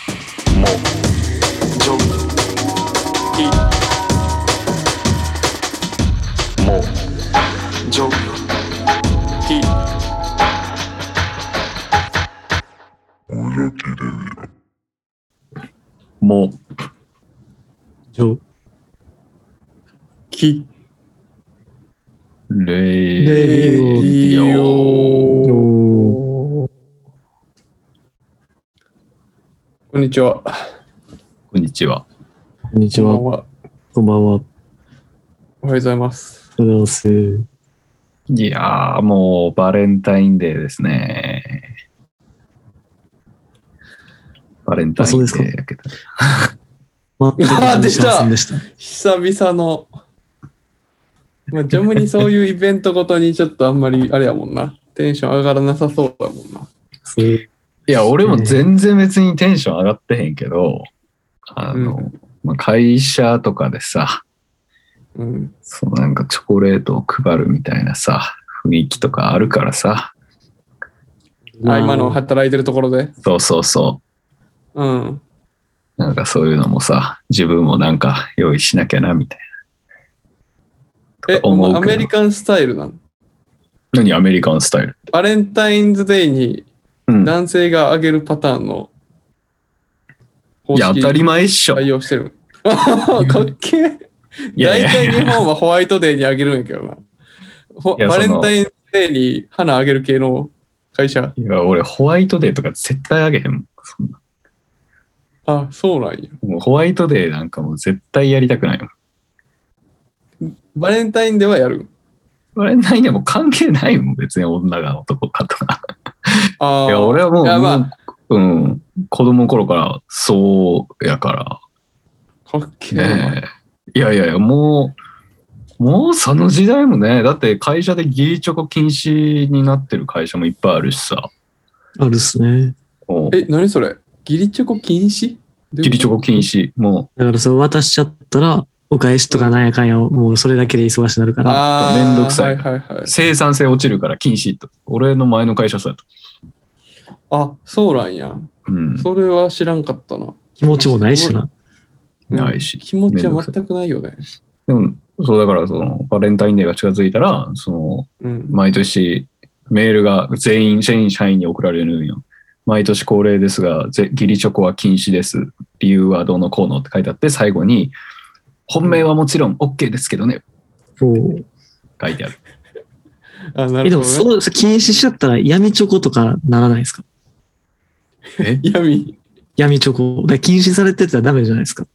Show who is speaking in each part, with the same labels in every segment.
Speaker 1: もジョイもジョイ
Speaker 2: も
Speaker 3: じょ、き、
Speaker 2: う、レイ
Speaker 3: れい
Speaker 2: よ
Speaker 3: こんにちは。
Speaker 2: こんにちは。
Speaker 4: こんにちは。
Speaker 3: は。
Speaker 4: こんばんは。おはよ
Speaker 3: おはようございます。
Speaker 4: うございます。
Speaker 2: いやー、もうバレンタインデーですね。バレンタインデーやけど。
Speaker 4: 待ってた
Speaker 3: 出た
Speaker 4: ませんでした。
Speaker 3: 久々の、まあ、ジャムにそういうイベントごとにちょっとあんまりあれやもんな。テンション上がらなさそうだもんな。
Speaker 4: そう
Speaker 2: いや、俺も全然別にテンション上がってへんけど、あの、
Speaker 3: う
Speaker 2: まあ、会社とかでさ、
Speaker 3: うん。
Speaker 2: そうなんかチョコレートを配るみたいなさ、雰囲気とかあるからさ、
Speaker 3: あ今の働いてるところで。
Speaker 2: そうそうそ
Speaker 3: うん。
Speaker 2: う、なんかそういうのもさ、自分もなんか用意しなきゃな、みたいな。
Speaker 3: え
Speaker 2: と、か
Speaker 3: お
Speaker 2: 思う
Speaker 3: 前
Speaker 2: けど
Speaker 3: アメリカンスタイルなの
Speaker 2: 何アメリカンスタイル。
Speaker 3: バレンタインズデーに
Speaker 2: うん
Speaker 3: 男性があげるパターンの方
Speaker 2: いや、当たり前っしょ。
Speaker 3: 対応してる。 かっけえ。
Speaker 2: いやい
Speaker 3: 大
Speaker 2: やい
Speaker 3: 体
Speaker 2: や
Speaker 3: 日本はホワイトデーにあげるんやけどな。ほ
Speaker 2: いや
Speaker 3: バレ
Speaker 2: その
Speaker 3: ンタインデーに花あげる系の会社。
Speaker 2: いや、俺、ホワイトデーとか絶対あげへんもん。そんな
Speaker 3: あ、そうなんや。
Speaker 2: もうホワイトデーなんかもう絶対やりたくないもん。
Speaker 3: バレンタインデーはやる。
Speaker 2: バレンタインデーも関係ないもん、別に女が男かとか。
Speaker 3: あ
Speaker 2: い
Speaker 3: ー
Speaker 2: や、俺はもう、
Speaker 3: いやまあ
Speaker 2: うん、子供の頃からそうやか
Speaker 3: かっけえ
Speaker 2: ら。
Speaker 3: な。
Speaker 2: ねえいやいやいや、もう、もうその時代もね、だって会社で義理チョコ禁止になってる会社もいっぱいあるしさ。
Speaker 4: あるっすね。
Speaker 2: もう
Speaker 3: え、何それギリチョコ禁止
Speaker 2: 義理チョコ禁止。も
Speaker 4: だからそれ渡しちゃったら、お返しとかなんやかんや、もうそれだけで忙しくなるから。
Speaker 3: あー
Speaker 2: めんどくさい、。
Speaker 3: はいはいはいう
Speaker 2: 生産性落ちるから禁止と。俺の前の会社さ、
Speaker 3: あ、そうなんや。
Speaker 2: うん、
Speaker 3: それは知らんかったな。
Speaker 4: 気持ちもないしな。
Speaker 2: ないし。
Speaker 3: 気持ちは全くないよね。
Speaker 2: でも、そうだから、その、バレンタインデーが近づいたら、その、
Speaker 3: うん。
Speaker 2: 毎年、メールが全員、全員社員に送られるんよ。毎年恒例ですが、ぜ義理チョコは禁止です。理由はどうのこうのって書いてあって、最後に、本命はもちろん OK ですけどね、
Speaker 4: そう
Speaker 2: 書いてある。
Speaker 3: あ、な
Speaker 4: え
Speaker 3: る
Speaker 4: で
Speaker 3: ほ
Speaker 4: も
Speaker 3: ど、ね。
Speaker 4: そう、禁止しちゃったら闇チョコとかならないですか
Speaker 2: え
Speaker 3: 闇。
Speaker 4: 闇チョコ。だから禁止されてたらダメじゃないですか。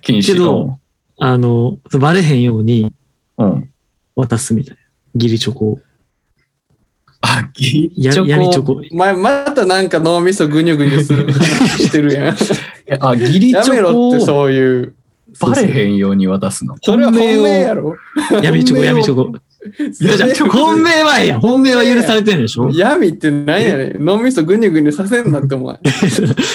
Speaker 2: 禁止
Speaker 4: け
Speaker 2: の
Speaker 4: ど。あの、バレへんように
Speaker 2: うん。
Speaker 4: 渡すみたいな。ギリチョコを。
Speaker 2: あ、義理チ
Speaker 4: や
Speaker 2: ョコ。
Speaker 4: 闇チョコ。
Speaker 3: お前、またなんか脳みそぐにゅぐにゅするして るやん。
Speaker 2: えあ、義理チ
Speaker 3: やめ
Speaker 2: ョ
Speaker 3: ろって、
Speaker 2: コを
Speaker 3: そういう。
Speaker 2: バレへ
Speaker 4: ん。
Speaker 2: んように渡すの。
Speaker 3: それは本命
Speaker 2: を
Speaker 3: やろ
Speaker 4: 闇チョコ、闇チョコ。いやじゃあ本命はいいやん。本命は許されてるでしょ
Speaker 3: 闇って何やねん。脳みそぐにゅぐにゅさせんなってお前。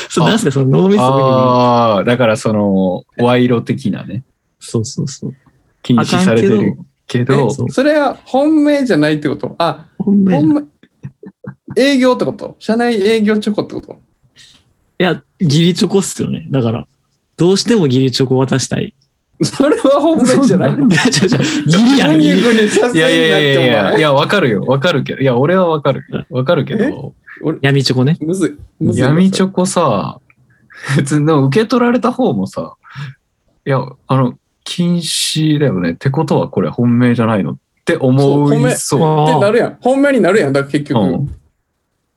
Speaker 4: そう、なんすか、その脳みそに。
Speaker 2: ああ、だからその、賄賂的なね、
Speaker 4: そうそうそう。
Speaker 2: 禁止されてるけど
Speaker 3: え、それは本命じゃないってことあ、
Speaker 4: 本命。い
Speaker 3: 本命。営業ってこと社内営業チョコってこと
Speaker 4: や、ギリチョコっすよね。だから、どうしてもギリチョコ渡したい。
Speaker 3: それは本命じ ゃない。
Speaker 4: いや違う違うギリや
Speaker 3: ぐ
Speaker 4: ん、ギ
Speaker 3: にゅ
Speaker 4: リ。
Speaker 3: ぐにゅさせんなっ
Speaker 2: いやいやいやいやい
Speaker 3: てお
Speaker 2: や、い
Speaker 3: 前。
Speaker 2: や、わかるよ。わかるけど。いや、俺はわかるよ。わかるけど、
Speaker 4: 闇チョコね。
Speaker 3: むずい。むずいよ。
Speaker 2: 闇チョコさ、別にでも受け取られた方もさ、いや、あの、禁止だよね。ってことはこれ本命じゃないのって思いそう。
Speaker 3: コってな
Speaker 4: あ
Speaker 3: るやん。本命になるやん。だから結
Speaker 2: う
Speaker 3: 局。
Speaker 2: ん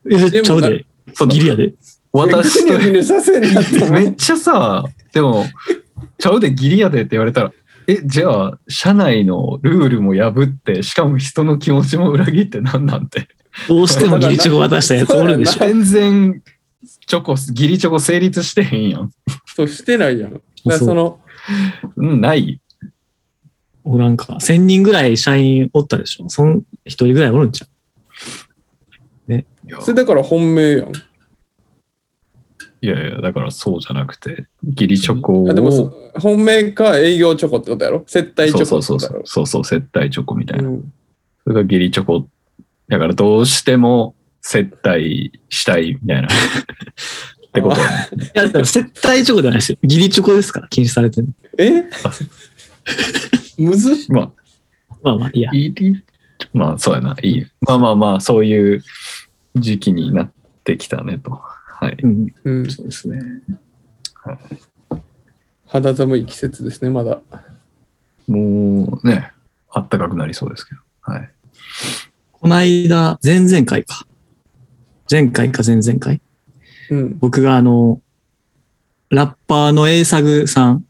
Speaker 4: ーえ、ちゃうで。
Speaker 2: そうだ
Speaker 4: ギリやで。
Speaker 2: 私
Speaker 3: ぐにゅ
Speaker 2: と
Speaker 3: ぐにゅさせんなってお
Speaker 2: め
Speaker 3: 前
Speaker 2: っ。ちゃさ、でも、ちゃうでギリやでって言われたら、え、じゃあ、社内のルールも破って、しかも人の気持ちも裏切ってなんなんて。
Speaker 4: どうしてもギリチョコ渡したやつおるでしょ。
Speaker 2: 全然、チョコ、ギリチョコ成立してへんやん。
Speaker 3: そうしてないやん。だから
Speaker 4: そう
Speaker 3: その、
Speaker 2: うん、ない。
Speaker 4: おらんか。1000人ぐらい社員おったでしょ。そん、一人ぐらいおるんちゃ
Speaker 2: いや
Speaker 3: それだから本命やん。
Speaker 2: いやいや、だからそうじゃなくて、ギリチョコ
Speaker 3: あでも
Speaker 2: を、
Speaker 3: そ本命か営業チョコってことやろ接待チ
Speaker 2: そう
Speaker 3: ョ
Speaker 2: そ
Speaker 3: コ
Speaker 2: う
Speaker 3: っ
Speaker 2: そうそ
Speaker 3: てことやろ
Speaker 2: う、そうそう、接待チョコみたいな。
Speaker 3: うん
Speaker 2: それがギリチョコ。だからどうしても接待したいみたいな。
Speaker 4: う
Speaker 2: ってこと。
Speaker 4: いや、でも接待チョコじゃないですよ。義理チョコですから、禁止されてる。
Speaker 3: えむずっ
Speaker 2: まあ、
Speaker 4: まあまあ、いや。
Speaker 2: いりまあ、そうやな。いい。まあまあまあ、そういう時期になってきたねと。はい。
Speaker 4: うん、
Speaker 3: うん、
Speaker 4: そうですね。
Speaker 3: 肌寒い季節ですね、まだ。
Speaker 2: もうね、あったかくなりそうですけど。はい。
Speaker 4: この間、前々回か。前回か前々回。
Speaker 3: うん。
Speaker 4: 僕があの、ラッパーのエイサグさん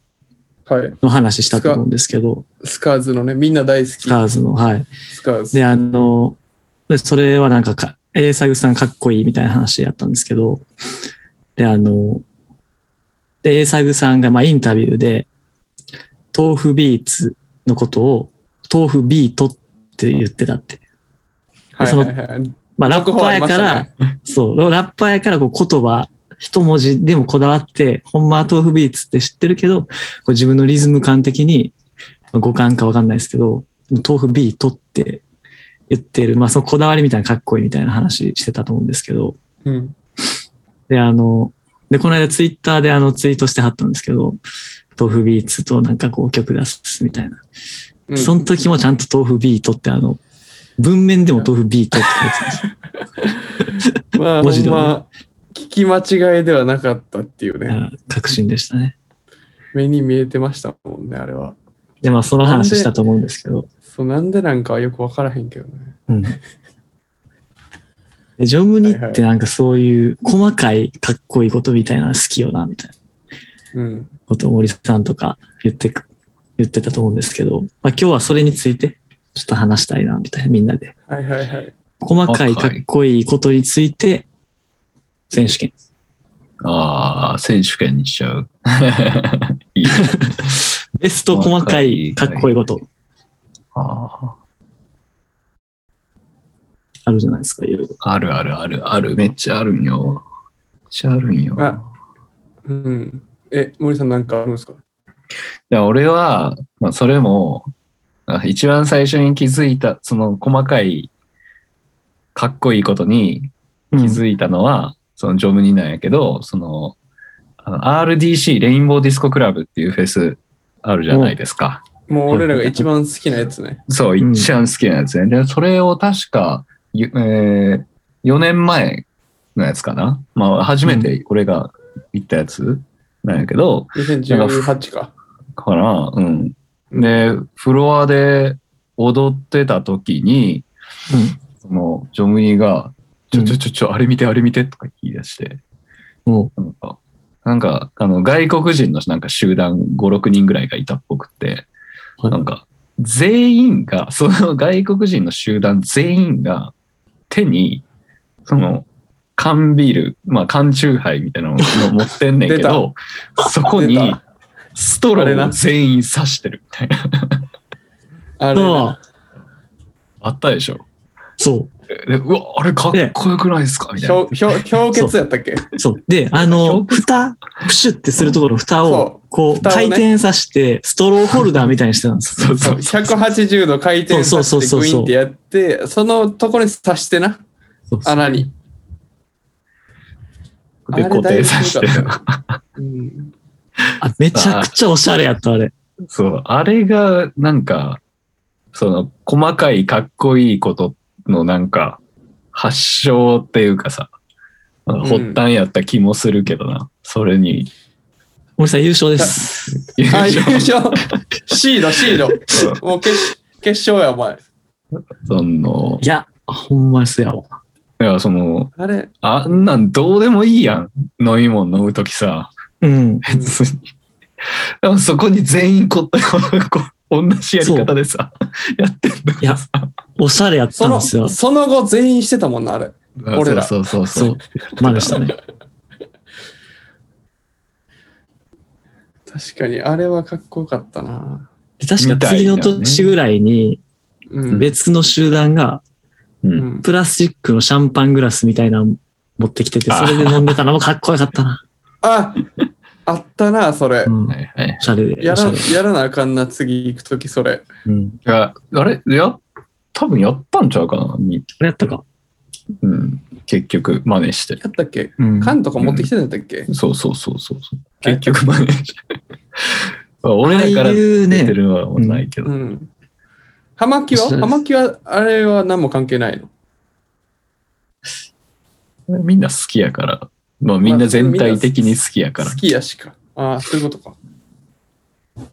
Speaker 3: はい。
Speaker 4: の話したと思うんですけど、
Speaker 3: スカーズのね、みんな大好
Speaker 4: ス
Speaker 3: き。
Speaker 4: カーズの、はい。
Speaker 3: スカーズ。
Speaker 4: で、あの、でそれはなんかか、エイサグさんかっこいいみたいな話やったんですけど、で、あの、で、エイサグさんがまあインタビューで、豆腐ビーツのことを、豆腐ビートって言ってたって。
Speaker 3: はい
Speaker 4: その
Speaker 3: はいはい。
Speaker 4: まあ、ラッパ
Speaker 3: 続報
Speaker 4: ー
Speaker 3: あり
Speaker 4: や
Speaker 3: まし
Speaker 4: か
Speaker 3: た
Speaker 4: ら、
Speaker 3: ね
Speaker 4: そう、ラッパーやからこう言葉、一文字でもこだわって、ほんまは豆腐ビーツって知ってるけど、こう自分のリズム感的に、まあ五感かわかんないですけど、豆腐ビートって言ってる、まあそのこだわりみたいなかっこいいみたいな話してたと思うんですけど、
Speaker 3: うん。
Speaker 4: で、あの、で、この間ツイッターであのツイートしてはったんですけど、豆腐ビーツとなんかこう曲出すみたいな。
Speaker 3: うん
Speaker 4: その時もちゃんと豆腐ビートってあの、文面でも豆腐ビートって書いてたんですよ
Speaker 3: まあ、ほ
Speaker 4: 文字
Speaker 3: ん
Speaker 4: で
Speaker 3: ま
Speaker 4: は、
Speaker 3: 聞き間違いではなかったっていうね。
Speaker 4: あ確信でしたね。
Speaker 3: 目に見えてましたもんね、あれは。
Speaker 4: で、まあ、その話したと思うんですけど。
Speaker 3: そう、なんでなんかはよくわからへんけどね。
Speaker 4: うん。でジョムニってなんかそういう細かいかっこいいことみたいなの好きよな、みたいな
Speaker 3: うん。
Speaker 4: ことを森さんとか言ってく、言ってたと思うんですけど、まあ今日はそれについてちょっと話したいな、みたいな、みんなで。
Speaker 3: はいはいはい。
Speaker 4: 細かいかっこいいことについて選手権。
Speaker 2: ああ、選手権にしちゃう。 いいね。
Speaker 4: ベスト細かいかっこいいこと
Speaker 2: あ
Speaker 4: あるじゃないですか、いろいろ。
Speaker 2: あ、あるあるあるある。めっちゃあるんよ。めっちゃあるんよ。
Speaker 3: あうん。え、森さんなんかあるんです
Speaker 2: い
Speaker 3: か
Speaker 2: や俺は、まあ、それも、あ一番最初に気づいた、その細かい、かっこいいことに気づいたのは、そのジョムニなんやけど、その、あの RDC、レインボーディスコクラブっていうフェスあるじゃないですか。
Speaker 3: もう俺らが一番好きなやつね。
Speaker 2: そう、
Speaker 4: うん
Speaker 2: 一番好きなやつね。で、それを確か、ゆえー、4年前のやつかな。まあ、初めて俺が行ったやつなんやけど、
Speaker 3: 2018か。
Speaker 2: から、うん。で、フロアで踊ってた時に、その、ジョムニが、ちょちょちょちょ、あれ見て、あれ見てとか言い出して、
Speaker 4: うん。も
Speaker 2: なんか、なんか、あの、外国人のなんか集団5、6人ぐらいがいたっぽくって、
Speaker 4: はい
Speaker 2: なんか、全員が、 その外国人の集団全員が、手に、その、缶ビール、まあ、缶チューハイみたいなのを持ってんねんけど、そこに
Speaker 3: 出た、
Speaker 2: ストロ
Speaker 3: あれ
Speaker 2: ー
Speaker 3: な
Speaker 2: を全員刺してるみたいな。
Speaker 3: あ
Speaker 4: う
Speaker 3: れ
Speaker 4: ん。
Speaker 3: な
Speaker 2: あったでしょ。
Speaker 4: そう。
Speaker 2: で、うわ、あれかっこよくないですかみた
Speaker 3: ひ
Speaker 2: いな
Speaker 3: ょ。ひょ氷結やったっけ
Speaker 4: そう。で、あの、
Speaker 2: 表
Speaker 4: 蓋、プシュってするところの蓋
Speaker 3: そ
Speaker 4: を、こう、
Speaker 3: 蓋をね
Speaker 4: 回転させて、ストローホルダーみたいにしてたんです
Speaker 2: そ
Speaker 4: よ。
Speaker 2: うそうそう。
Speaker 3: 180度回転させ
Speaker 4: そうそう
Speaker 3: て
Speaker 4: そう
Speaker 3: グイ
Speaker 4: そう
Speaker 3: ンってやって、そのところに刺してな、
Speaker 4: そうそう
Speaker 3: 穴に。
Speaker 2: で、固定させて
Speaker 3: あれだい
Speaker 2: る
Speaker 3: ぶ。良かったようん
Speaker 4: あめちゃくちゃおしゃれやった、あれ。
Speaker 2: そう、あれが、なんか、その、細かいかっこいいことの、なんか、発祥っていうかさ、
Speaker 3: ん
Speaker 2: 発端やった気もするけどな、それに。
Speaker 4: 森さん優勝です。
Speaker 3: あ、
Speaker 2: そ
Speaker 3: 優勝シード、シード。
Speaker 2: う
Speaker 3: もう決決勝や、お前。
Speaker 2: その
Speaker 4: い、や、ほんまですやわ。
Speaker 2: いや、その、
Speaker 3: あれ、
Speaker 2: あんなんどうでもいいやん。飲み物飲むときさ、
Speaker 4: うん。
Speaker 2: 別に。でもそこに全員こ、 こ同じやり方でさ、やってんだ
Speaker 4: いや、おしゃれやっ
Speaker 3: そ
Speaker 4: たん
Speaker 3: の、
Speaker 4: ですよ。
Speaker 3: その後全員してたもんな、あれ。俺ら
Speaker 2: そうそうそう
Speaker 4: そ
Speaker 2: そう
Speaker 4: う。までしたね。
Speaker 3: 確かに、あれはかっこよかったな。
Speaker 4: で確か次の
Speaker 2: みたいなね
Speaker 4: 年ぐらいに、
Speaker 3: うん。
Speaker 4: 別の集団が、
Speaker 2: う
Speaker 3: うんん
Speaker 4: プラスチックのシャンパングラスみたいなの持ってきてて、それで飲んでたのもかっこよかったな。
Speaker 3: あ、あったな、それ
Speaker 4: う。ん。
Speaker 2: はいはい
Speaker 4: おしゃれで。
Speaker 3: や
Speaker 4: おしゃ
Speaker 3: ら
Speaker 4: れで
Speaker 3: やらなあかんな、次行くとき、それ。
Speaker 4: うん。
Speaker 2: いや、あれいや、多分やったんちゃうかな。み
Speaker 4: あれやったか。
Speaker 2: うん、結局真似して。
Speaker 3: やったっけ
Speaker 4: うん
Speaker 3: 缶とか持ってきてたんだったっけ、
Speaker 2: そうそうそうそうそう。結局真似して。まあ俺らから
Speaker 4: ああいうね
Speaker 2: 出てるのはもうないけ
Speaker 3: う
Speaker 2: ど。
Speaker 3: ん。葉巻は
Speaker 4: そうです
Speaker 3: 葉巻は、あれは何も関係ないの。
Speaker 2: みんな好きやから。まあみんな全体的に好きやから
Speaker 3: 好。きやしか。ああ、そういうことか。
Speaker 4: ま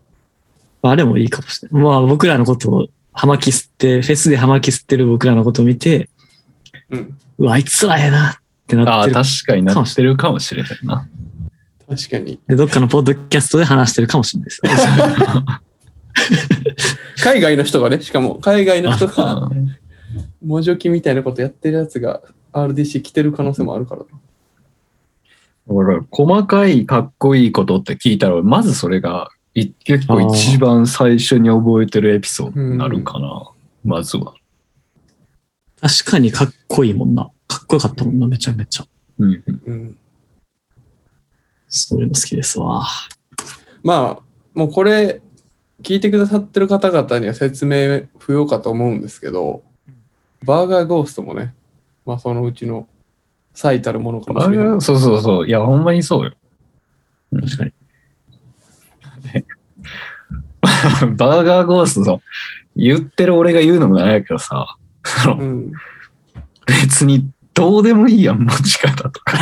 Speaker 4: あ、あれもいいかもしれない。まあ、僕らのことを、ハマキ吸って、フェスでハマキ吸ってる僕らのことを見て、
Speaker 3: うん。
Speaker 4: うわ、あいつらええなって
Speaker 2: あ
Speaker 4: なっ
Speaker 2: あ、
Speaker 4: てる
Speaker 2: 確。かになってるかもしれへんな。
Speaker 3: 確かに。
Speaker 4: でどっかのポッドキャストで話してるかもしれないです。
Speaker 3: 海外の人がね、しかも海外の人が、
Speaker 2: うん
Speaker 3: 文字置きみたいなことやってるやつが RDC 来てる可能性もあるからな。
Speaker 2: 俺、細かいかっこいいことって聞いたら、まずそれがい結構一番最初に覚えてるエピソードになるかな。まずは。
Speaker 4: 確かにかっこいいもんな。かっこよかったもんな、めちゃめちゃ。
Speaker 2: うん。
Speaker 3: うん。
Speaker 4: そういうの好きですわ。
Speaker 3: まあ、もうこれ、聞いてくださってる方々には説明不要かと思うんですけど、バーガーゴーストもね、まあそのうちの最たるものかもし
Speaker 2: あ
Speaker 3: れない
Speaker 2: れ。そうそうそう。いや、ほんまにそうよ。
Speaker 4: 確かに。
Speaker 2: バーガーゴーストの言ってる俺が言うのもないけどさ、そうの
Speaker 3: ん。
Speaker 2: 別にどうでもいいやん、持ち方とか。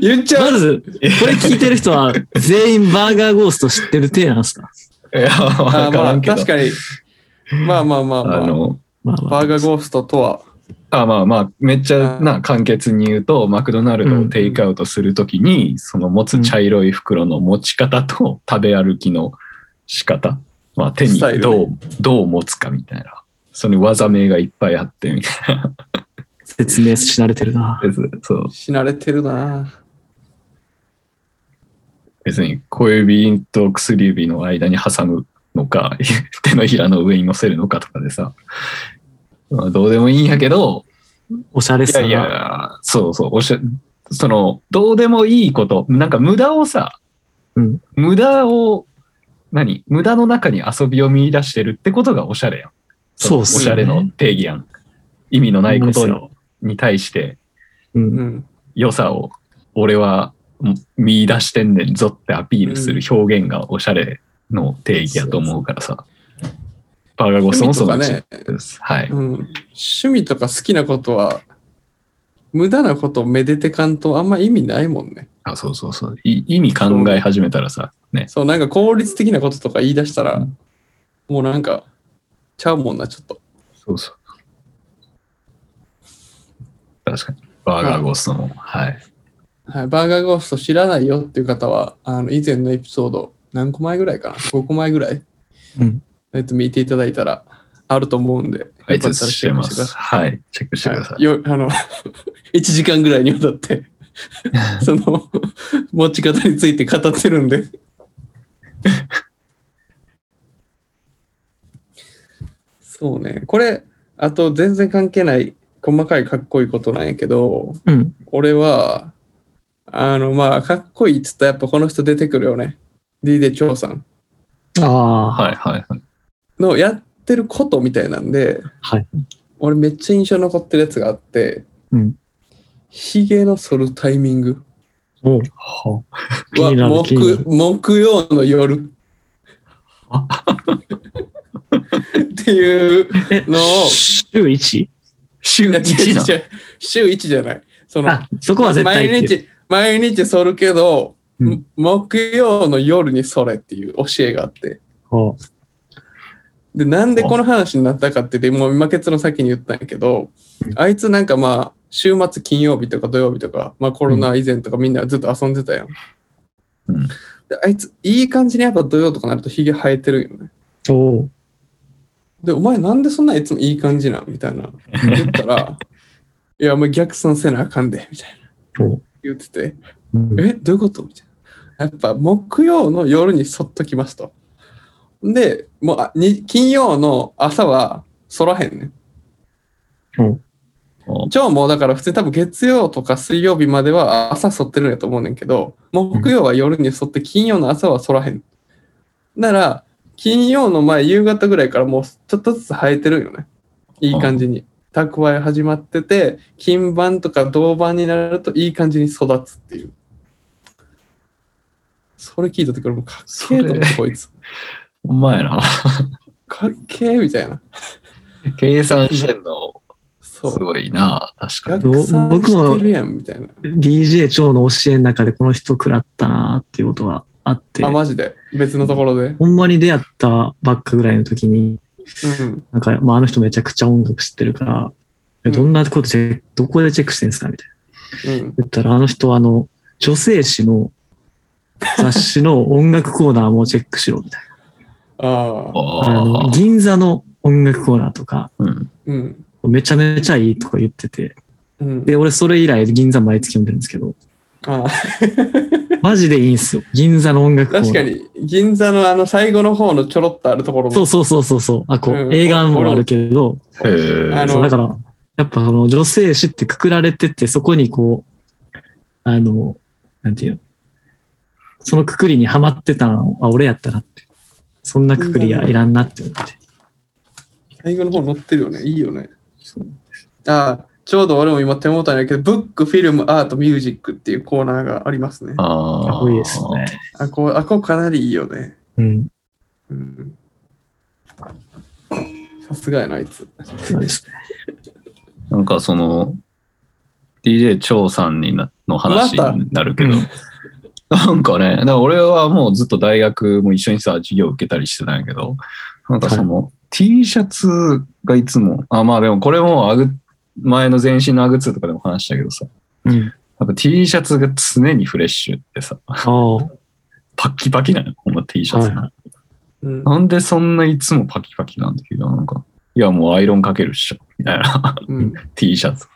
Speaker 3: 言っちゃう
Speaker 4: まず、これ聞いてる人は、全員バーガーゴースト知ってる体なんですか
Speaker 2: いや、
Speaker 3: あ
Speaker 2: わ
Speaker 3: ま
Speaker 2: から
Speaker 3: あ
Speaker 2: んけど。
Speaker 3: 確かに。まあまあまあまあ。
Speaker 2: あの、
Speaker 4: まあま
Speaker 3: バー
Speaker 4: あ。
Speaker 3: ガーゴーストとは、
Speaker 2: あまあまあ、めっちゃな、簡潔に言うと、マクドナルドをテイクアウトするときに、その持つ茶色い袋の持ち方と食べ歩きの仕方、まあ手に
Speaker 3: スタイル
Speaker 2: どう、どう持つかみたいな。その技名がいっぱいあってみたい
Speaker 4: 説明し慣れてる
Speaker 2: な
Speaker 4: な。
Speaker 2: やつ。そう。
Speaker 3: 死なれてるな
Speaker 2: 別に小指と薬指の間に挟むのか 手のひらの上に乗せるのかとかでさ、まあ、どうでもいいんやけど
Speaker 4: おしゃれ
Speaker 2: い
Speaker 4: さ
Speaker 2: や
Speaker 4: が。
Speaker 2: いやそうそうおしゃそのどうでもいいことなんか無駄をさ、
Speaker 4: うん
Speaker 2: 無駄を何無駄の中に遊びを見出してるってことがおしゃれやん
Speaker 4: そうっ
Speaker 2: お
Speaker 4: す
Speaker 2: し
Speaker 4: よ
Speaker 2: ゃ
Speaker 4: ね
Speaker 2: れの定義やん意味のないこ
Speaker 4: そ
Speaker 2: と
Speaker 4: うですよ
Speaker 2: に対して
Speaker 4: う。
Speaker 3: うんん。
Speaker 2: 良さを俺は見出してんねんぞってアピールする表現がおしゃれの定義やと思うからさ。バーガーゴーストも
Speaker 3: 趣味
Speaker 2: そ
Speaker 3: と
Speaker 2: の
Speaker 3: か
Speaker 2: うち
Speaker 3: ね、
Speaker 2: です。はい。
Speaker 3: うん。趣味とか好きなことは、無駄なことをめでてかんとあんま意味ないもんね。
Speaker 2: あ、そうそうそう。い意味考え始めたらさ、ね。
Speaker 3: そう、なんか効率的なこととか言い出したら、
Speaker 2: うん
Speaker 3: もうなんか、ちゃうもんな、ちょっと。
Speaker 2: そうそう。確かに。バーガーゴーストも。はい。
Speaker 3: はい、バーガーゴースト知らないよっていう方は、あの、以前のエピソード、何個前ぐらいかな ?5 個前ぐらい
Speaker 4: うん。
Speaker 3: えっと、見ていただいたら、あると思うんで、
Speaker 2: 解
Speaker 3: よかっ
Speaker 2: 説
Speaker 3: たら
Speaker 2: して
Speaker 3: チェック
Speaker 2: ま
Speaker 3: してくだ
Speaker 2: す。
Speaker 3: さい
Speaker 2: はい。チェックしてください。
Speaker 3: よあの 1時間ぐらいにわ たってその持ち方について語ってるんでそうねこれあと全然関係ない細かいかっこいいことなんやけど
Speaker 4: うん。
Speaker 3: 俺はあのまあかっこいいっつったらやっぱこの人出てくるよね D で長さん
Speaker 4: ああ。
Speaker 2: はいはいはい。
Speaker 3: のやってることみたいなんで、
Speaker 4: はい
Speaker 3: 俺めっちゃ印象に残ってるやつがあって、
Speaker 4: うん
Speaker 3: ひげの剃るタイミング
Speaker 4: おう
Speaker 2: は
Speaker 4: 気になる
Speaker 3: は
Speaker 4: 気になる
Speaker 3: 木木曜の夜 っていう
Speaker 4: え
Speaker 3: のを
Speaker 4: 週 1?
Speaker 2: 週
Speaker 3: いや違
Speaker 2: 1な
Speaker 3: う違う週1じゃないその
Speaker 4: あ、そこは絶対
Speaker 3: 毎
Speaker 4: っていう。
Speaker 3: 日毎日剃るけど、
Speaker 4: うん
Speaker 3: 木曜の夜にそれっていう教えがあって
Speaker 4: ほう
Speaker 3: で、なんでこの話になったかって言って、もう今結の先に言ったんやけど
Speaker 4: う、ん
Speaker 3: あいつなんかまあ、週末金曜日とか土曜日とか、まあコロナ以前とかみんなずっと遊んでたやん。
Speaker 2: うん
Speaker 3: であいつ、いい感じにやっぱ土曜とかなるとヒゲ生えてるよね。
Speaker 4: おう
Speaker 3: で、お前なんでそんないつもいい感じなんみたいな。言ったら、いや、お前逆算せなあかんで、みたいな
Speaker 4: おう
Speaker 3: 言ってて、
Speaker 4: うん
Speaker 3: え、どういうことみたいな。やっぱ木曜の夜にそっときますと。で、もうあに金曜の朝はそらへんねん。
Speaker 2: お
Speaker 3: 今日もだから普通に多分月曜とか水曜日までは朝剃ってるんやと思うねんけど、木曜は夜に剃って金曜の朝は剃らへん。なら、金曜の前夕方ぐらいからもうちょっとずつ生えてるんよね。いい感じに。蓄え始まってて、金板とか銅板になるといい感じに育つっていう。それ聞いたところもうかっけえと思って、こいつ。
Speaker 2: ほんまやな。
Speaker 3: かっけえみたいな。
Speaker 2: 計算してんの、
Speaker 3: そ
Speaker 2: す
Speaker 3: う。
Speaker 2: ごいな。確かに。
Speaker 3: 逆算してるやんみたいな。
Speaker 4: DJ 長の教えの中でこの人食らったなっていうことはあって
Speaker 3: あ、、マジで。別のところで。
Speaker 4: ほんまに出会ったばっかぐらいの時に、
Speaker 3: うん。
Speaker 4: なんか、まあ、あの人めちゃくちゃ音楽知ってるから、
Speaker 3: うん
Speaker 4: どんなことで、どこでチェックしてんですかみたいな。
Speaker 3: うん。
Speaker 4: 言ったら、あの人はあの、女性誌の雑誌の音楽コーナーもチェックしろ、みたい
Speaker 3: ああ。
Speaker 4: な。あの、
Speaker 2: ああ。
Speaker 4: 銀座の音楽コーナーとか、
Speaker 2: うん。
Speaker 3: うん。
Speaker 4: めちゃめちゃいいとか言ってて。
Speaker 3: うん。
Speaker 4: で、俺それ以来銀座毎月読んでるんですけ ど、
Speaker 3: ああ。
Speaker 4: マジでいいんすよ。銀座の音楽コーナー。
Speaker 3: 確かに、銀座のあの最後の方のちょろっとあるところも。
Speaker 4: そうそうそうそうそう。あ、こう、
Speaker 3: うん
Speaker 4: 映画もあるけど、
Speaker 2: え
Speaker 3: あ
Speaker 2: ー
Speaker 3: の
Speaker 4: そう、だから、やっぱその女性誌ってくくられてて、そこにこう、あの、なんていうの、そのくくりにはまってたのは俺やったなって。そんなくくりはいらんなって思って。
Speaker 3: 最後の方載ってるよね。いいよね。
Speaker 4: そう
Speaker 3: ああ、ちょうど俺も今手元にあるけど、ブック、フィルム、アート、ミュージックっていうコーナーがありますね。
Speaker 2: ああ。
Speaker 4: かっこいいですね。
Speaker 3: あ、こう、あ、こうかなりいいよね。
Speaker 4: うん。
Speaker 3: うん。さすがやな、あいつ。
Speaker 4: そうですね。
Speaker 2: なんかその、DJ 張さんになの話になるけど、なんかね、だから俺はもうずっと大学も一緒にさ、授業受けたりしてたんやけど、なんかその、T シャツがいつも、あ、まあでもこれもあぐ、前の全身のアグツーとかでも話したけどさ、
Speaker 4: うん。
Speaker 2: やっぱ T シャツが常にフレッシュってさ、
Speaker 4: ああ、は
Speaker 2: パッキパキなの、ほんま T シャツが。
Speaker 3: うん。
Speaker 2: なんでそんないつもパキパキなんだけど、なんか、いやもうアイロンかけるっしょ、みたいな。
Speaker 3: うん。
Speaker 2: T シャツ。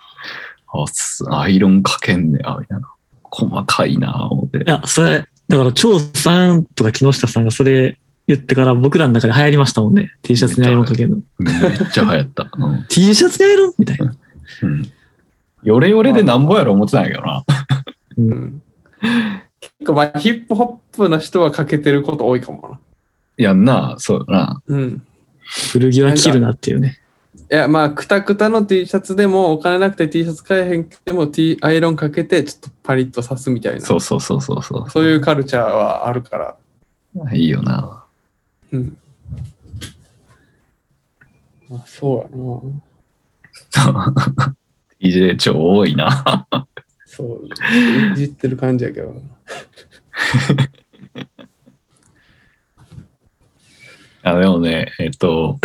Speaker 2: あ、すアイロンかけんねや、みたいな。細かいな、思って
Speaker 4: い。や、それ、だから、張さんとか木下さんがそれ言ってから僕らの中で流行りましたもんね。T シャツにアイロンかけるの。
Speaker 2: めっちゃ流行った。 うん。
Speaker 4: T シャツにアイロンみたいな。
Speaker 2: うん、ヨレヨレでなんぼやろ思ってたんやけどな。
Speaker 3: うん結構、まあ、ヒップホップの人はかけてること多いかも
Speaker 2: やんな、そうやな。
Speaker 3: な。うん。
Speaker 4: 古着は切るなっていうね。
Speaker 3: いや、まあ、くたくたの T シャツでも、お金なくて T シャツ買えへんくても、T、アイロンかけて、ちょっとパリッと刺すみたいな。
Speaker 2: そうそうそうそうそ
Speaker 3: そういうカルチャーはあるから。
Speaker 2: う。いいよな。
Speaker 3: うん。まあ、そうやな。
Speaker 2: DJ 超多いな。
Speaker 3: そう。いじってる感じやけどな。
Speaker 2: あでもね、えっと、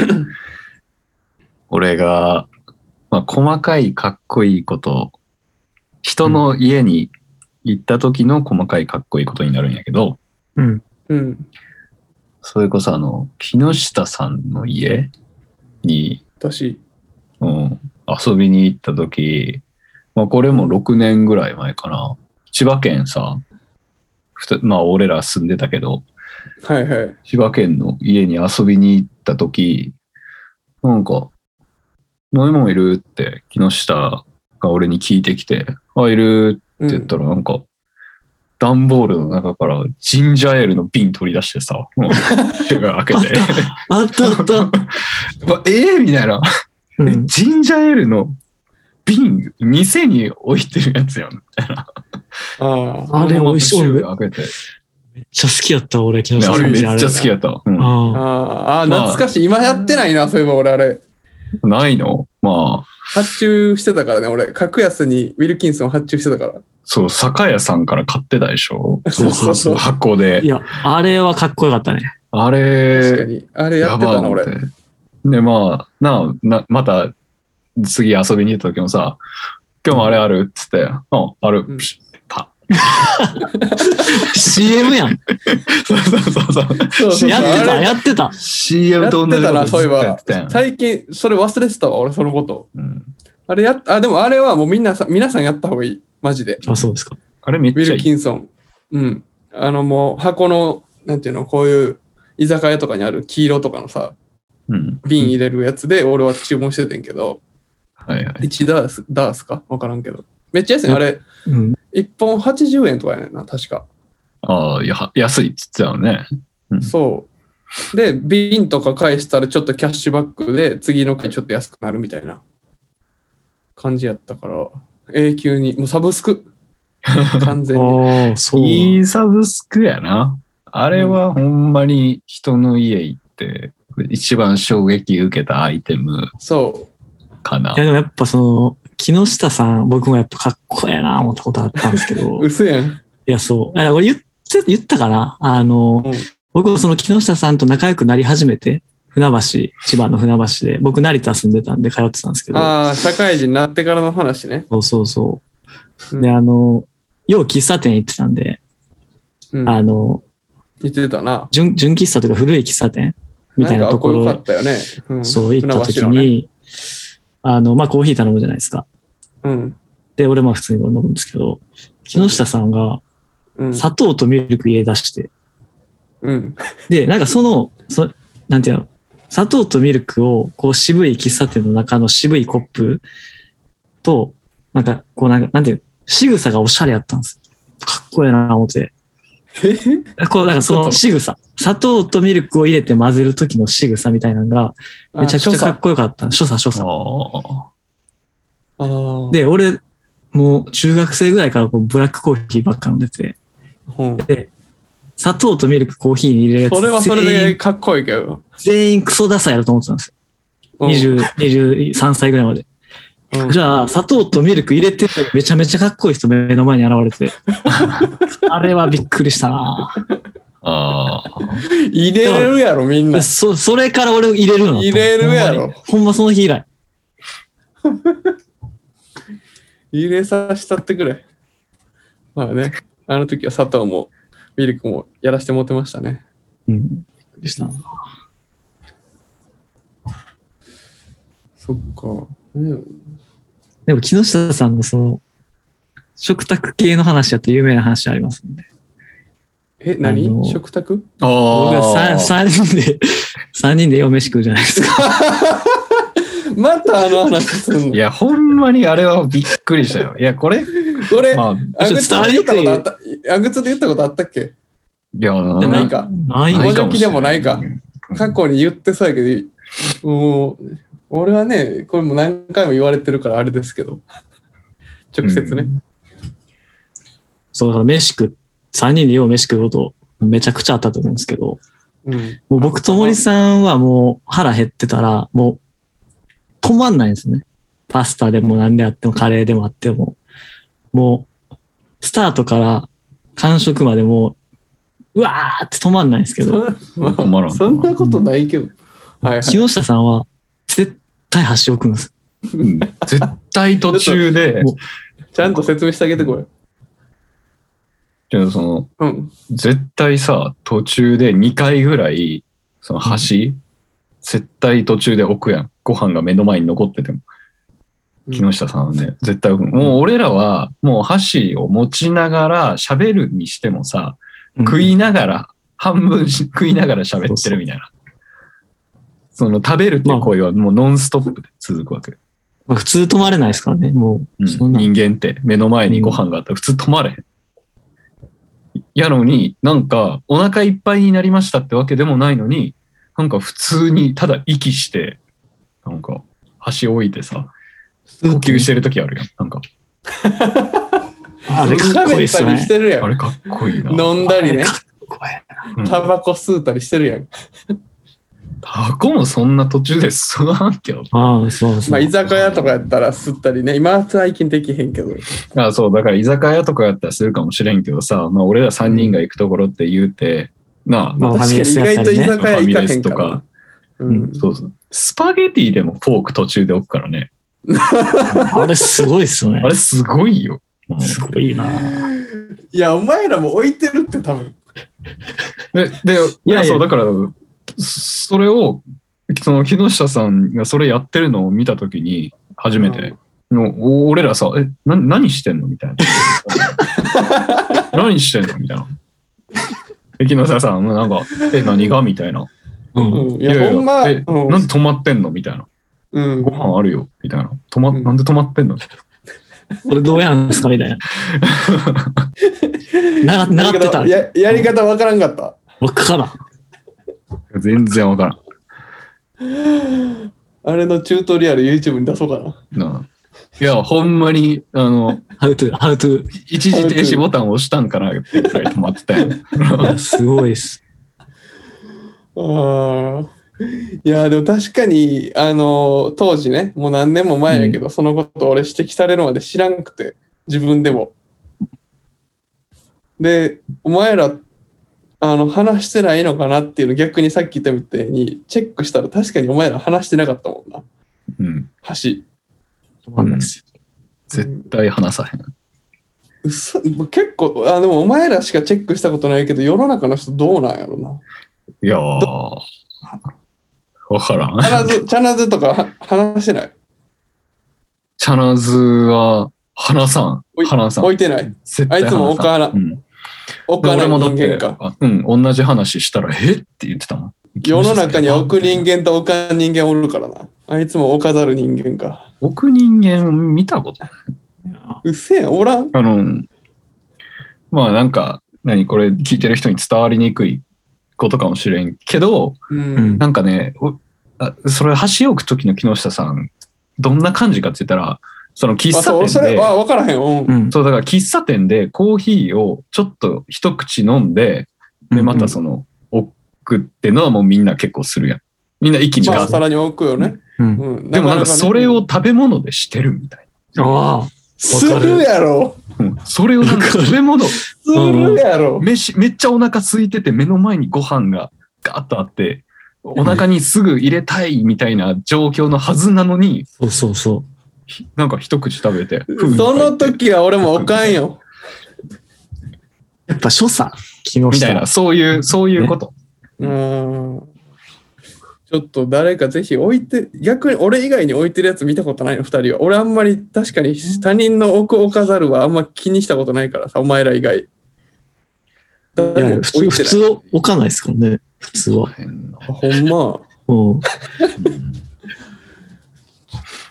Speaker 2: 俺が、まあ、細かいかっこいいこと、人の家に行った時の細かいかっこいいことになるんやけど、
Speaker 4: うん。
Speaker 3: うん。
Speaker 2: それこそあの、木下さんの家に、
Speaker 3: 私、
Speaker 2: うん、遊びに行った時、まあこれも6年ぐらい前かな。千葉県さ、ふたまあ俺ら住んでたけど、
Speaker 3: はいはい。
Speaker 2: 千葉県の家に遊びに行った時、なんか、飲み物いるって木下が俺に聞いてきて、あ、いる
Speaker 3: う
Speaker 2: って言っ
Speaker 3: ん、
Speaker 2: たらなんか、段ボールの中からジンジャーエールの瓶取り出してさ、 もう手が開けて。
Speaker 4: あったあった。
Speaker 2: うわええみたいな。
Speaker 4: う
Speaker 2: え
Speaker 4: ん、
Speaker 2: ジンジャーエールの瓶、店に置いてるやつやん。
Speaker 3: あ
Speaker 4: あれ美味しい
Speaker 2: シューが開けて。
Speaker 4: めっちゃ好きやった、俺、木
Speaker 2: い
Speaker 4: 下
Speaker 2: や
Speaker 4: さん
Speaker 2: 俺
Speaker 4: の
Speaker 2: めっ
Speaker 4: 家。
Speaker 2: ちゃ好きやった。うん
Speaker 3: あ。
Speaker 4: ああ
Speaker 3: ああ、
Speaker 2: まあ
Speaker 3: 懐かしい。今やってないな、そういえば俺、あれ。
Speaker 2: ないのまあ、
Speaker 3: 発注してたからね、俺。格安にウィルキンソン発注してたから。
Speaker 2: そう、酒屋さんから買ってたでしょ。
Speaker 3: そうそうそう
Speaker 2: 箱
Speaker 4: い
Speaker 2: で。
Speaker 4: や、あれはかっこよかったね。
Speaker 2: あ
Speaker 3: 確か
Speaker 2: れ、
Speaker 3: に。あれや
Speaker 2: や
Speaker 3: って
Speaker 2: ば
Speaker 3: た
Speaker 2: い
Speaker 3: な、
Speaker 2: 思っ
Speaker 3: 俺
Speaker 2: て。。で、まあ、なあ、なまた、次遊びに行った時もさ、今日もあれあるっつって、うん、ある。
Speaker 3: うん
Speaker 2: ピシッパ
Speaker 4: CM やん。
Speaker 2: そうそうそうそう。
Speaker 3: そうそうそう
Speaker 4: やって
Speaker 3: あ
Speaker 4: た、
Speaker 3: れ
Speaker 4: やってた。
Speaker 2: CM と同じことずっとやってたやん。
Speaker 3: 最近、それ忘れてたわ、俺、そのこと。
Speaker 2: うん
Speaker 3: あれやっ、あ、でもあれはもうみんなさ、皆さんやった方がいい。マジで。
Speaker 4: あ、そうですか。
Speaker 2: あれめっ
Speaker 3: ウィ
Speaker 2: ちゃ
Speaker 3: ル
Speaker 2: いい
Speaker 3: キ。ンソン。うん。あの、もう、箱の、なんていうの、こういう、居酒屋とかにある黄色とかのさ、
Speaker 2: うん。
Speaker 3: 瓶入れるやつで、俺は注文しててんけど、
Speaker 2: はいはい。
Speaker 3: 1ダース、ダースかわからんけど。めっちゃ安い
Speaker 4: う
Speaker 3: ね。
Speaker 4: ん
Speaker 3: あれ、
Speaker 4: うん。
Speaker 3: 1本80円とかやねんな、確か。
Speaker 2: ああ、や安いっつってたよね。
Speaker 3: そう。で、瓶とか返したらちょっとキャッシュバックで、次の回ちょっと安くなるみたいな。感じやったから、永久に、もうサブスク 完全に。
Speaker 4: ああ、そうなん。
Speaker 2: いいサブスクやな。あれはほんまに人の家行って、一番衝撃受けたアイテム
Speaker 3: そ
Speaker 2: かない
Speaker 4: や。でもやっぱその、木下さん、僕もやっぱかっこええな思ったことあったんですけど
Speaker 3: う。、う
Speaker 4: い
Speaker 3: せやん。
Speaker 4: や、そう。あ俺言って、言ったかなあの、
Speaker 3: うん
Speaker 4: 僕もその木下さんと仲良くなり始めて、船橋、千葉の船橋で、僕成田住んでたんで通ってたんですけど、
Speaker 3: ああ、社会人になってからの話ね。
Speaker 4: そうそうそうう。
Speaker 3: ん
Speaker 4: で、あの、よう喫茶店行ってたんで、
Speaker 3: うん。
Speaker 4: あの、
Speaker 3: 言ってたな。
Speaker 4: 純純喫茶というか古い喫茶店みたいなとこ
Speaker 3: んか
Speaker 4: ろ
Speaker 3: あっこよかったよね。うん、
Speaker 4: そう、行った時
Speaker 3: 船橋のね。
Speaker 4: に、あの、まあ、コーヒー頼むじゃないですか。
Speaker 3: うん。
Speaker 4: で、俺まあ普通に飲むんですけど、木下さんが
Speaker 3: うん。
Speaker 4: 砂糖とミルク入れ出して、
Speaker 3: うん。
Speaker 4: で、なんかその、そなんていうの、砂糖とミルクを、こう渋い喫茶店の中の渋いコップと、なんか、こうなんか、なんていうの、仕草がおしゃれやったんですよ。かっこええな思って。 こう、なんかその仕草。砂糖とミルクを入れて混ぜる時の仕草みたいなのが、めちゃくちゃかっこよかった。所作所作。
Speaker 2: あ
Speaker 3: あー、
Speaker 4: で、俺、もう中学生ぐらいからこうブラックコーヒーばっか飲んでて、
Speaker 3: うん
Speaker 4: 砂糖とミルクコーヒーに入れるやつ。
Speaker 3: それはそれ
Speaker 4: 全
Speaker 3: で
Speaker 4: 員
Speaker 3: かっこいいけど。
Speaker 4: 全員クソダサいやろと思ってたんですよ。
Speaker 3: うん
Speaker 4: 20 23歳ぐらいまで。
Speaker 3: うん
Speaker 4: じゃあ、砂糖とミルク入れててめちゃめちゃかっこいい人目の前に現れて。 あれはびっくりしたな
Speaker 2: あ
Speaker 3: 入れれるやろ、みんな
Speaker 4: で。そ、それから俺入れるの。
Speaker 3: 入れるやろ
Speaker 4: ほんまに。ほんまその日以来。
Speaker 3: 入れさせたってくれ。まあね、あの時は佐藤もミルクもやらしてもらってましたね。
Speaker 4: うん。びっくりしたな
Speaker 3: そっか。うん
Speaker 4: でも木下さんのその、食卓系の話だと有名な話ありますんで。
Speaker 3: え、何
Speaker 4: あの
Speaker 3: 食卓
Speaker 2: あ。
Speaker 4: 僕は
Speaker 2: ああ。
Speaker 4: 3人で、3人で夜飯食うじゃないですか。
Speaker 3: またあの話すんの
Speaker 2: い。や、ほんまにあれはびっくり したよ。いや、これ、
Speaker 3: これ、
Speaker 2: まあ、
Speaker 3: アグツ
Speaker 4: ちょっと
Speaker 3: で言ったことあった、アグツで言ったことあったっけ
Speaker 2: いや、
Speaker 3: じゃあ
Speaker 2: な
Speaker 3: ないか。
Speaker 4: ない
Speaker 3: ご
Speaker 4: よ
Speaker 3: い上記でもないか。過去に言ってそうやけど、もう、俺はね、これも何回も言われてるからあれですけど、直接ね。
Speaker 4: そう、だから飯食う、3人で夜飯食うこと、めちゃくちゃあったと思うんですけど、
Speaker 3: うん。
Speaker 4: もう僕と森さんはもう腹減ってたら、もう止まんないんですね。パスタでも何であっても、カレーでもあっても。もう、スタートから完食までもう、うわーって止まんないんですけど、
Speaker 3: まあ
Speaker 2: 困らん
Speaker 3: そんなことないけど。 はいはい。
Speaker 4: 木下さんは絶対箸置くんです。
Speaker 2: うん絶対途中で、
Speaker 3: ちゃんと説明してあげてこれ。
Speaker 2: じゃあその、
Speaker 3: うん。
Speaker 2: 絶対さ、途中で2回ぐらい、その橋、絶対途中で置くやん。ご飯が目の前に残ってても。木下さんはね、絶対置く。もう俺らは、もう箸を持ちながら喋るにしてもさ、食いながら、半分し食いながら喋ってるみたいな。その食べるっていう行為はもうノンストップで続くわけ。
Speaker 4: まあ普通止まれないですからね、も
Speaker 2: う
Speaker 4: う。そん
Speaker 2: ん、
Speaker 4: な
Speaker 2: 人間って目の前にご飯があったら普通止まれへん。やのになんかお腹いっぱいになりましたってわけでもないのになんか普通にただ息してなんか箸置いてさ呼吸してる時あるやんなんか
Speaker 4: あれかっこいいっす
Speaker 3: 喋ったりし
Speaker 4: ね。
Speaker 3: てるや
Speaker 2: あ
Speaker 3: ん。
Speaker 2: れかっこいいな、うん、
Speaker 3: 飲んだりね
Speaker 4: か。っこええ
Speaker 3: タバコ吸うたりしてるやん。
Speaker 2: タコもそんな途中で吸わんけど
Speaker 4: ああ、そうそう。
Speaker 3: まあ、居酒屋とかやったら吸ったりね。今は最近できへんけど。
Speaker 2: あそう、だから居酒屋とかやったらするかもしれんけどさ、まあ俺ら3人が行くところって言うて、なあ、
Speaker 4: まあ
Speaker 3: 確かに意外と居酒屋行かへんか
Speaker 2: ファミレスと
Speaker 3: ら
Speaker 2: か
Speaker 3: な。うん。
Speaker 2: そうそう。スパゲティでもフォーク途中で置くからね。
Speaker 4: あれすごいっすね
Speaker 2: あ。れすごいよ。うん
Speaker 4: すごいな。
Speaker 3: いや、お前らも置いてるって多分。
Speaker 2: で、で、い
Speaker 4: いや
Speaker 2: や、そう、だから、それを、その木下さんがそれやってるのを見たときに、初めて、のお俺らさ、え、な 何してんのみたいな。何してんのみたいな。で木下さんもなんか、え、何がみたいな。
Speaker 4: うん。
Speaker 3: うん。いや、ほんま、う
Speaker 2: えなん
Speaker 3: ん。
Speaker 2: で止まってんのみたいな。
Speaker 3: うん
Speaker 2: ご飯あるよ、みたいな。止ま、なんで止まってんの
Speaker 4: これどうやんすかみたいな。な、習ってた。
Speaker 3: ややり方わからんかった。
Speaker 4: わからん。
Speaker 2: 全然わからん
Speaker 3: あれのチュートリアル YouTube に出そうかな。。
Speaker 2: なあいや、ほんまに、あの、
Speaker 4: How to, how to,
Speaker 2: 一時停止ボタンを押したんかなっていうくらい止まってた よ。
Speaker 4: いやすごいです。
Speaker 3: ああ。いや、でも確かに、あの、当時ね、もう何年も前やけど、そのこと俺指摘されるまで知らんくて、自分でも。で、お前ら、あの、話してないのかなっていうの逆にさっき言ったみたいに、チェックしたら確かにお前ら話してなかったもんな、
Speaker 2: うん。
Speaker 3: 橋。
Speaker 4: 止まんないですよ。
Speaker 2: 絶対話さへん。
Speaker 3: うっそ結構、あ、でもお前らしかチェックしたことないけど、世の中の人どうなんやろな。
Speaker 2: いやー、わからん
Speaker 3: チ。ャナズ、チャナズとかは話してない
Speaker 2: チャナズは、話さん
Speaker 3: お。い
Speaker 2: 話さん
Speaker 3: 置。いてない
Speaker 2: 絶
Speaker 3: あ
Speaker 2: 対
Speaker 3: いつも
Speaker 2: 話
Speaker 3: 岡
Speaker 2: さん
Speaker 3: 原
Speaker 2: う、ん。
Speaker 3: 奥
Speaker 2: で
Speaker 3: 原
Speaker 2: 俺もだ
Speaker 3: 人
Speaker 2: って
Speaker 3: 間か。
Speaker 2: あうん、同じ話したら、えって言ってたもん。
Speaker 3: 世の中には奥人
Speaker 2: 間。
Speaker 3: 間と置かん人間おるからな。あいつも置かざる人間か。
Speaker 2: 奥人間見たことないう
Speaker 3: っせえな、おらん。
Speaker 2: あの、まあなんか、何これ聞いてる人に伝わりにくいことかもしれんけど、
Speaker 3: うん。
Speaker 2: なんかね、おあそれ、箸置く時の木下さん、どんな感じかって言ったら、その喫
Speaker 3: あ、
Speaker 2: 茶
Speaker 3: そう、そ
Speaker 2: 店
Speaker 3: れ
Speaker 2: で、
Speaker 3: は分からへん。うん。
Speaker 4: うん。
Speaker 2: そうだから喫茶店でコーヒーをちょっと一口飲んで、で、またその、置くってのはもうみんな結構するやん。みんな一気に
Speaker 3: ま
Speaker 2: ガ
Speaker 3: あ、
Speaker 2: ーッ
Speaker 3: 皿に置くよね。
Speaker 4: うん
Speaker 3: うん。
Speaker 2: でもなんか
Speaker 3: ね
Speaker 2: それを、食べ物でしてるみたい
Speaker 4: ああ、
Speaker 3: するやろ。
Speaker 2: な。うんそれをなんか
Speaker 4: わかる
Speaker 2: 食べ物、
Speaker 3: するやろ。
Speaker 2: 飯、めっちゃお腹空いてて目の前にご飯がガーッとあって、お腹にすぐ入れたいみたいな状況のはずなのに、
Speaker 4: そうそうそ
Speaker 2: ひなんか一口食べて。ふうに
Speaker 3: そ
Speaker 2: 入
Speaker 3: の
Speaker 2: って
Speaker 3: 時は俺も置かんよ。
Speaker 4: う。やっぱ所作、木下。
Speaker 2: みたいな、そういう、そういうこと。
Speaker 3: うん。ちょっと誰かぜひ置いて、逆に俺以外に置いてるやつ見たことないの、二人は。俺あんまり確かに他人の置く置かざるはあんま気にしたことないからさ、お前ら以外。
Speaker 4: いや
Speaker 3: 誰も
Speaker 4: いや
Speaker 3: 置
Speaker 4: 普
Speaker 3: いてない
Speaker 4: 通、普通は置かないですからね。普通は。
Speaker 2: 変な
Speaker 3: あほんま。
Speaker 4: うん。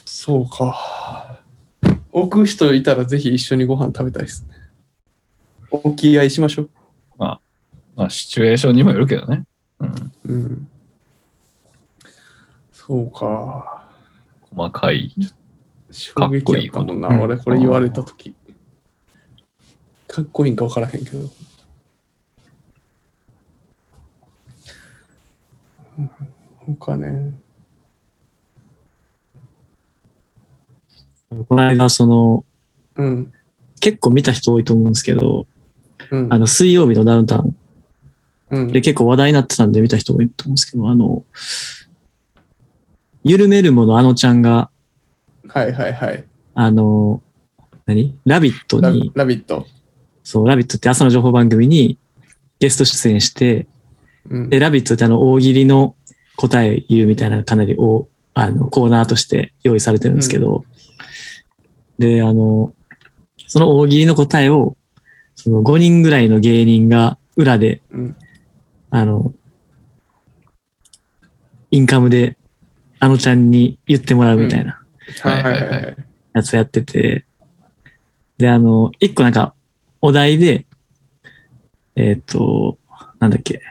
Speaker 3: そうか。置く人いたらぜひ一緒にご飯食べたいですね。お気合いしましょう。
Speaker 2: まあ、シチュエーションにもよるけどね。うん、
Speaker 3: うん。そうか。
Speaker 2: 細かい。
Speaker 3: 衝撃やったもんな。
Speaker 2: かっこいいこと
Speaker 3: 俺これ言われたとき。かっこいいんか分からへんけど。うん他ね。
Speaker 4: この間、その、
Speaker 3: うん。
Speaker 4: 結構見た人多いと思うんですけど、
Speaker 3: うん
Speaker 4: あ。の、水曜日のダウンタウン
Speaker 3: うん
Speaker 4: で結構話題になってたんで見た人もいると思うんですけど、あの、緩めるものあのちゃんが、
Speaker 3: はいはいはい。
Speaker 4: あの、何ラビット
Speaker 3: ラ
Speaker 4: に、
Speaker 3: ラビット。
Speaker 4: そう、ラビットって朝の情報番組にゲスト出演して、
Speaker 3: うん
Speaker 4: で、ラビットってあの、大喜利の答え言うみたいな、かなりおあのコーナーとして用意されてるんですけど、で、あの、その大喜利の答えを、その5人ぐらいの芸人が裏で
Speaker 3: うん
Speaker 4: あの、インカムで、あのちゃんに言ってもらうみたいな
Speaker 3: はいはいはいはい。
Speaker 4: やつやってて、で、あの、一個なんか、お題で、えっ、と、なんだっけ。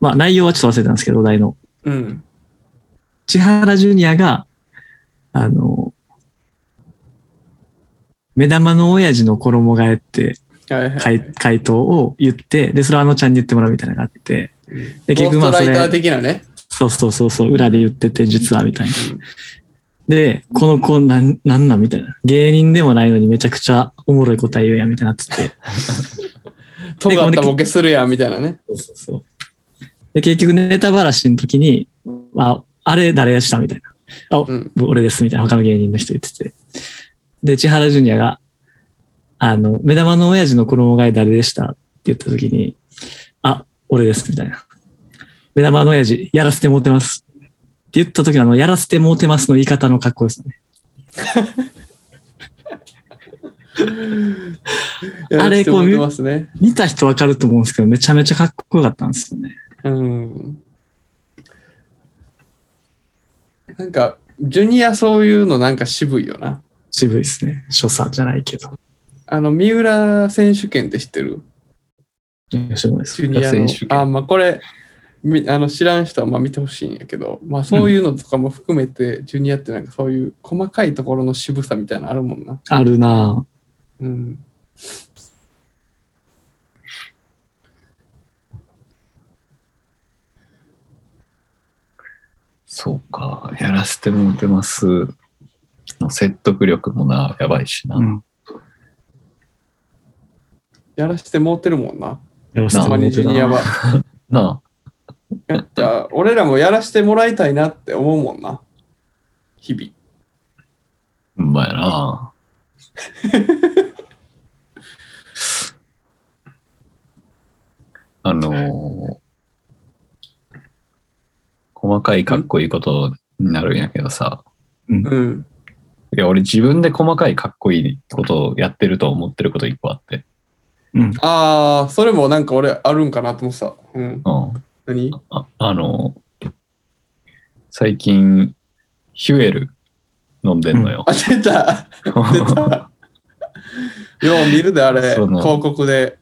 Speaker 4: まあ、内容はちょっと忘れたんですけど、お題の。
Speaker 3: うん。
Speaker 4: 千原ジュニアが、あの、目玉の親父の衣替えって
Speaker 3: はいはい。
Speaker 4: 回回答を言って、で、それをあのちゃんに言ってもらうみたいなのがあって、で、結局まあ
Speaker 3: ゴー
Speaker 4: そ
Speaker 3: ストライタ
Speaker 4: れ
Speaker 3: ー、的なね。
Speaker 4: そうそうそうそう、裏で言ってて、実はみたいな。で、この子なん、なんなんみたいな。芸人でもないのにめちゃくちゃおもろい答え言うやんみたいになってて。
Speaker 3: 尖ったボケするやんみたいなね。
Speaker 4: そうそうそう。で、結局ネタばらしの時に、あ、あれ誰やしたみたいな。あ、
Speaker 3: うん
Speaker 4: 俺ですみたいな他の芸人の人言ってて。で、千原ジュニアが、あの、目玉の親父の衣替え誰でしたって言った時に、あ、俺ですみたいな。目玉の親父、やらせてもうてます。って言った時のあの、やらせてもうてますの言い方の格好ですね。あれこう
Speaker 3: やらせてもらってますね。
Speaker 4: 見た人わかると思うんですけど、めちゃめちゃかっこよかったんですよね。
Speaker 3: うん。なんか、ジュニアそういうのなんか渋いよな。
Speaker 4: 渋いですね。所作じゃないけど。
Speaker 3: あの、三浦選手権って知ってる
Speaker 4: 吉野です
Speaker 3: ジュニア
Speaker 2: 選手権
Speaker 3: の。あ、まあこれ、みあの知らん人はまあ見てほしいんやけど、まあそういうのとかも含めて、ジュニアってなんかそういう細かいところの渋さみたいなのあるもんな。
Speaker 4: あるなぁ
Speaker 3: うん。
Speaker 2: そうか、やらせてもらってます。説得力もな、やばいしな。
Speaker 4: うん
Speaker 3: やらしてもうてるもんな。
Speaker 4: やらせ
Speaker 3: た
Speaker 4: ても
Speaker 3: ま
Speaker 4: ら
Speaker 3: に
Speaker 4: って
Speaker 3: ジ
Speaker 4: る
Speaker 3: ュニアは。
Speaker 2: な
Speaker 3: やっぱ俺らもやらしてもらいたいなって思うもんな。日々。
Speaker 2: あ、うんまやな。あのー細かいかっこいいことになるんやけどさ、
Speaker 3: うん。
Speaker 2: いや、俺自分で細かいかっこいいことをやってると思ってること一個あって。
Speaker 4: うん。
Speaker 3: ああ、それもなんか俺あるんかなと思ってた。うん。
Speaker 2: うん。
Speaker 3: 何
Speaker 2: ああの、最近、ヒュエル飲んでんのよ。
Speaker 3: あ、出た出たよう見るであれ、
Speaker 2: その
Speaker 3: 広告で。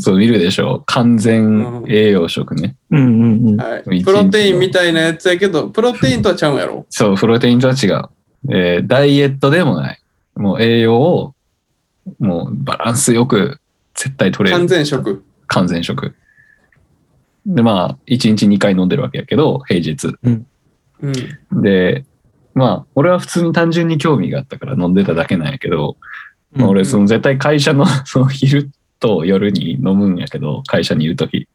Speaker 2: そう、見るでしょ完全栄養食ね。
Speaker 4: うんうんうん。
Speaker 3: は
Speaker 2: 一日
Speaker 3: い、プロテインみたいなやつやけど、プロテインとはちゃうんやろ
Speaker 2: そう、プロテインとは違う。えーダイエットでもない。もう栄養を、もうバランスよく絶対取れる。
Speaker 3: 完全。食。
Speaker 2: 完全食。で、まあ、1日2回飲んでるわけやけど、平日。
Speaker 3: うん。
Speaker 2: で、まあ、俺は普通に単純に興味があったから飲んでただけなんやけど、まあ、
Speaker 4: うん
Speaker 2: 俺、その絶対会社の その昼と夜に飲むんやけど、会社にいるとき。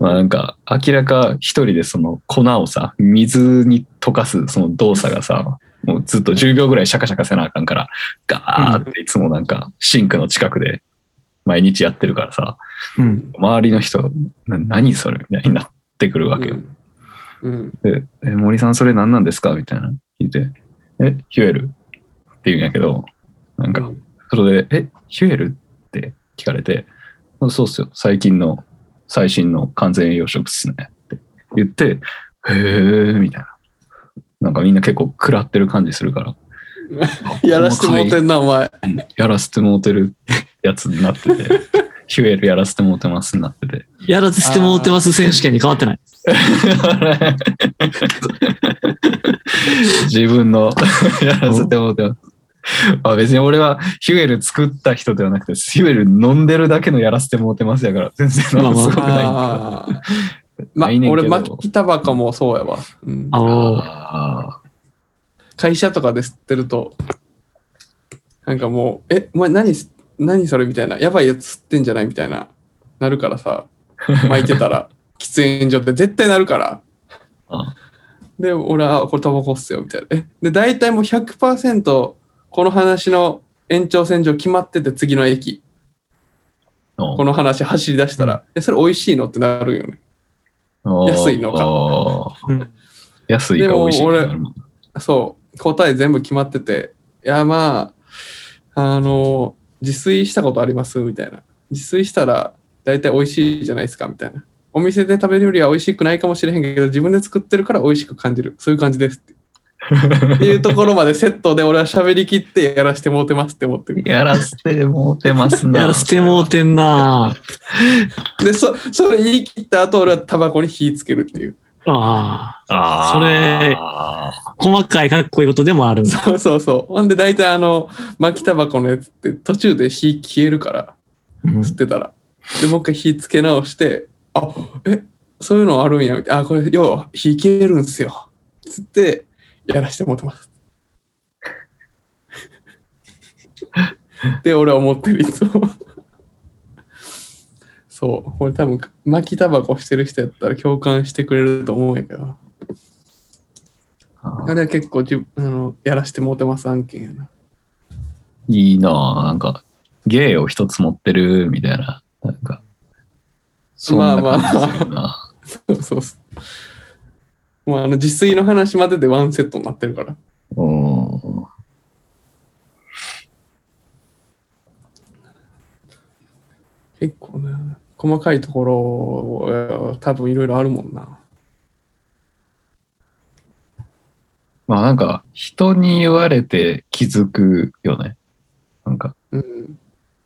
Speaker 2: まあなんか、明らか一人でその粉をさ、水に溶かすその動作がさ、もうずっと10秒ぐらいシャカシャカせなあかんから、ガーっていつもなんかシンクの近くで毎日やってるからさ、
Speaker 4: うん。
Speaker 2: 周りの人、な何それみたいになってくるわけよ。
Speaker 3: うん。。
Speaker 2: で、え森さんそれ何なんですかみたいな聞いて、え、ヒュエルって言うんやけど、なんか、それで、え、ヒュエルって聞かれて、あそうっすよ、最近の、最新の完全栄養食っすねって言って、へーみたいな。なんかみんな結構食らってる感じするから
Speaker 3: やらしてもうてんな、お前。
Speaker 2: やらせてもうてるやつになってて、 ヒュエルやらせてもうてますになってて。
Speaker 4: やらせてもらってます選手権に変わってない。
Speaker 2: 自分のやらせてもらってます。あ別に俺はヒュエル作った人ではなくて、ヒュエル飲んでるだけのやらせてもらってますやから、全然なんかすごくないんだ。
Speaker 3: あーま、
Speaker 2: ないねんけ
Speaker 3: 俺、
Speaker 2: ど
Speaker 3: 巻きタバコもそうやわ。うん
Speaker 4: ああ。
Speaker 2: あ
Speaker 3: 会社とかで吸ってると、なんかもう、え、お前何吸、何それみたいな、やばいやつ吸ってんじゃないみたいな、なるからさ、巻いてたら、 喫煙所って絶対なるから。
Speaker 2: あ
Speaker 3: で、俺は、これタバコっすよ、みたいな。え、で、大体もう100%、この話の延長線上決まってて、次の駅、この話走り出したら、え、それ美味しいのってなるよね。
Speaker 2: の
Speaker 3: 安いのか
Speaker 2: か。
Speaker 4: うん
Speaker 2: 安いか美味しいか
Speaker 3: でもそう、答え全部決まってて、いや、まあ、あの、自炊したことありますみたいな。自炊したら大体美味しいじゃないですかみたいな。お店で食べるよりは美味しくないかもしれへんけど、自分で作ってるから美味しく感じる。そういう感じですって。っていうところまでセットで俺は喋りきってやらしてもうてますって思ってる。
Speaker 2: やらせてもうてますな。
Speaker 4: やらせてもうてんなぁ
Speaker 3: で、そ、それ言い切った後俺はタバコに火つけるっていう。
Speaker 4: あ
Speaker 2: あー
Speaker 4: それあ。細かいかっこいいことでもあるんだ。
Speaker 3: そうそうそう。ほんで大体あの、巻きタバコのやつって途中で火消えるから。
Speaker 4: うん
Speaker 3: 吸ってたら。で、もう一回火つけ直して、あ、え、そういうのあるんや、みたいな。あ、これ、要は火消えるんすよ。つって、やらしてもらってます。で、俺は思ってる、いつも。そう。これ多分、巻きタバコしてる人やったら共感してくれると思うんやけど。あれは結構じゅあの、やらしてもらってます案件やな。
Speaker 2: いいなぁ、なんか、芸を一つ持ってる、みたいな。なんか、そんな感じするな。
Speaker 3: そうそうそう。まあ、あの、自炊の話まででワンセットになってるから。
Speaker 2: うん
Speaker 3: 結構な、細かいところ、えー多分いろいろあるもんな。
Speaker 2: まあなんか、人に言われて気づくよね。なんか、
Speaker 3: うん。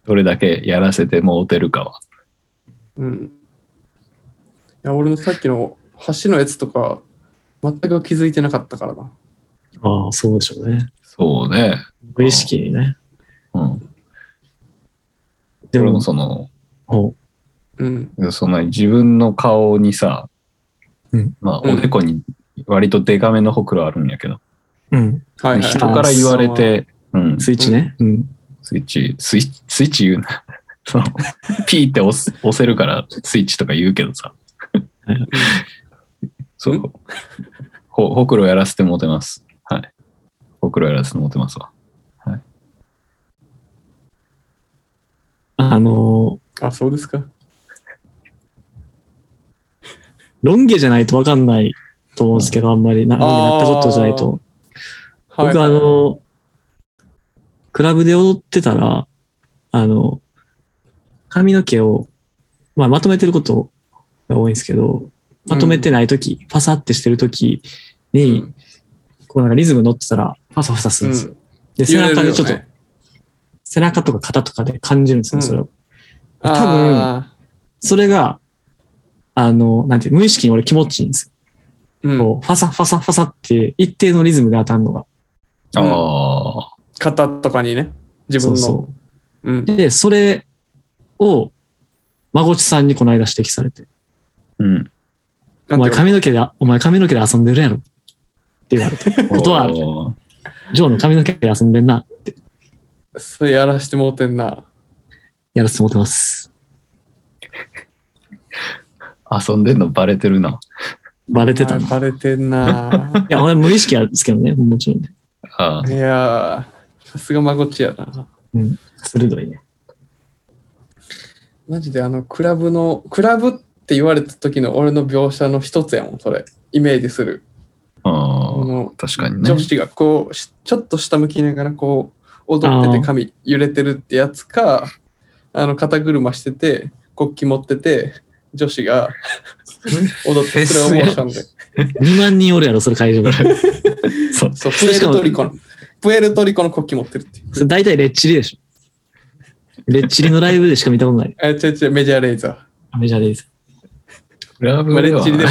Speaker 2: どれだけやらせてもうてるかは。
Speaker 3: うん。いや、俺のさっきの橋のやつとか、全く気づいてなかったからな。
Speaker 4: ああ、そうでしょうね。
Speaker 2: そうね。
Speaker 4: 無意識にね。
Speaker 2: うん。
Speaker 4: で
Speaker 2: 俺
Speaker 4: も
Speaker 2: も、その、
Speaker 4: お
Speaker 3: うん。
Speaker 2: その自分の顔にさ、
Speaker 4: うん
Speaker 2: まあ、
Speaker 3: うん
Speaker 2: おでこに割とデカめのほくろあるんやけど、
Speaker 4: うん。
Speaker 3: はい、はい。
Speaker 2: 人から言われて、うん、
Speaker 4: スイッチね。うん。
Speaker 2: スイッチ、スイッチ、スイッチ言うな。 その、ピーって押す押せるからスイッチとか言うけどさ。そう。ほ、ほくろやらせてもてます。はい。ほくろやらせてもてますわ。
Speaker 4: あのー、
Speaker 3: あ、そうですか。
Speaker 4: ロン毛じゃないと分かんないと思うんですけど、あんまりな、ロン毛なったことじゃないと。
Speaker 3: はい。
Speaker 4: 僕あの、クラブで踊ってたら、あの、髪の毛を、まあ、まとめてることが多いんですけど、まとめてないとき、パサってしてるとき
Speaker 3: う
Speaker 4: に、
Speaker 3: ん、
Speaker 4: こうなんかリズム乗ってたら、パサパサするんですよ。で、背
Speaker 3: 言われる
Speaker 4: 中
Speaker 3: よね
Speaker 4: でちょっと、背中とか肩とかで感じるんですよ、それを。多分
Speaker 3: あ
Speaker 4: それが、あの、なんていう、無意識に俺気持ちいいんです
Speaker 3: ーう
Speaker 4: よ。
Speaker 3: ん、
Speaker 4: こう、ファサファサファサって、一定のリズムで当たるのが。
Speaker 3: うん
Speaker 2: ああ。
Speaker 3: 肩とかにね、自分
Speaker 4: そう
Speaker 3: の。
Speaker 4: そう。
Speaker 3: うん、
Speaker 4: で、それを、孫ちさんにこの間指摘されて、
Speaker 2: うん。
Speaker 4: お前髪の毛で、お前髪の毛で遊んでるやろって言われて、音はある
Speaker 2: おー
Speaker 4: ジョーの髪の毛で遊んでんな、
Speaker 3: それやらしてもうてんな。
Speaker 4: やらせてもらってます。
Speaker 2: 遊んでんのバレてるな。
Speaker 4: バレてたな。い。
Speaker 3: バレてん な
Speaker 4: や、俺無意識なんですけどね、もちろんね。
Speaker 2: あ
Speaker 3: いやー、さすがまごっちやな。
Speaker 4: うん。鋭いね。
Speaker 3: マジであの、クラブの、クラブって言われた時の俺の描写の一つやもん、それ。イメージする。
Speaker 2: あ。あ
Speaker 3: こ
Speaker 2: ー
Speaker 3: の
Speaker 2: 確かにね
Speaker 3: 女。子がこう、しちょっと下向きながらこう、踊ってて髪揺れてるってやつか、あの、肩車してて、国旗持ってて、女子が踊って、それをモーションで。
Speaker 4: 2万人おるやろ、それ会場で。
Speaker 2: そう。
Speaker 3: そ
Speaker 4: そ
Speaker 3: う、プ
Speaker 4: れ
Speaker 3: エ
Speaker 4: し
Speaker 3: ル
Speaker 4: かも
Speaker 3: トリコの、プエルトリコの国旗持ってるっていう。
Speaker 4: それ大体レッチリでしょ。レッチリのライブでしか見たことない。
Speaker 3: あ、違う違う、メジャーレイザー。
Speaker 4: メジャーです。
Speaker 2: クラ
Speaker 3: ま
Speaker 2: ブ
Speaker 3: あ、レ
Speaker 2: で
Speaker 3: ッ
Speaker 2: は
Speaker 3: チリでも、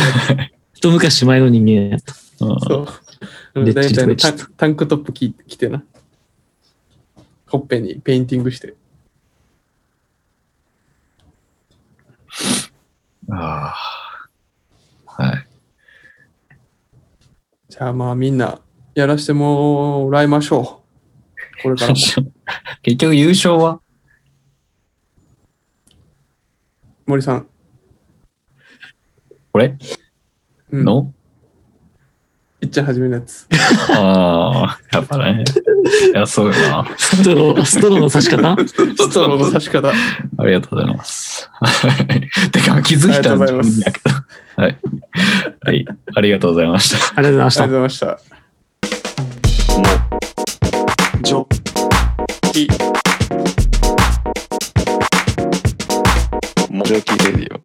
Speaker 4: 一昔前の人間やった。
Speaker 2: うん
Speaker 3: そう。うん
Speaker 4: レッ
Speaker 3: 大
Speaker 4: チリ
Speaker 3: 体ね
Speaker 4: レッチ
Speaker 3: タ
Speaker 4: リ
Speaker 3: ンタンクトップ着着てな。ほっぺにペインティングして。
Speaker 2: ああ。はい。
Speaker 3: じゃあまあみんなやらしてもらいましょう。こ れからも。
Speaker 2: 結局優勝は
Speaker 3: 森さん。
Speaker 2: 俺
Speaker 3: うん、
Speaker 2: の、
Speaker 3: いっちゃん初めのやつ。
Speaker 2: ああ、やっぱね。いや、そうよな。
Speaker 4: ストロー、ストローの差し方
Speaker 3: ストローの差し方。
Speaker 2: ありがとうございます。はいてか、気づいたんだけど
Speaker 3: ありがとうございます。
Speaker 2: はい。はい。ありがとうございました。
Speaker 4: ありがとうございまし
Speaker 3: あ
Speaker 4: た
Speaker 3: りがとうございました。
Speaker 1: じょきもじょきレディオ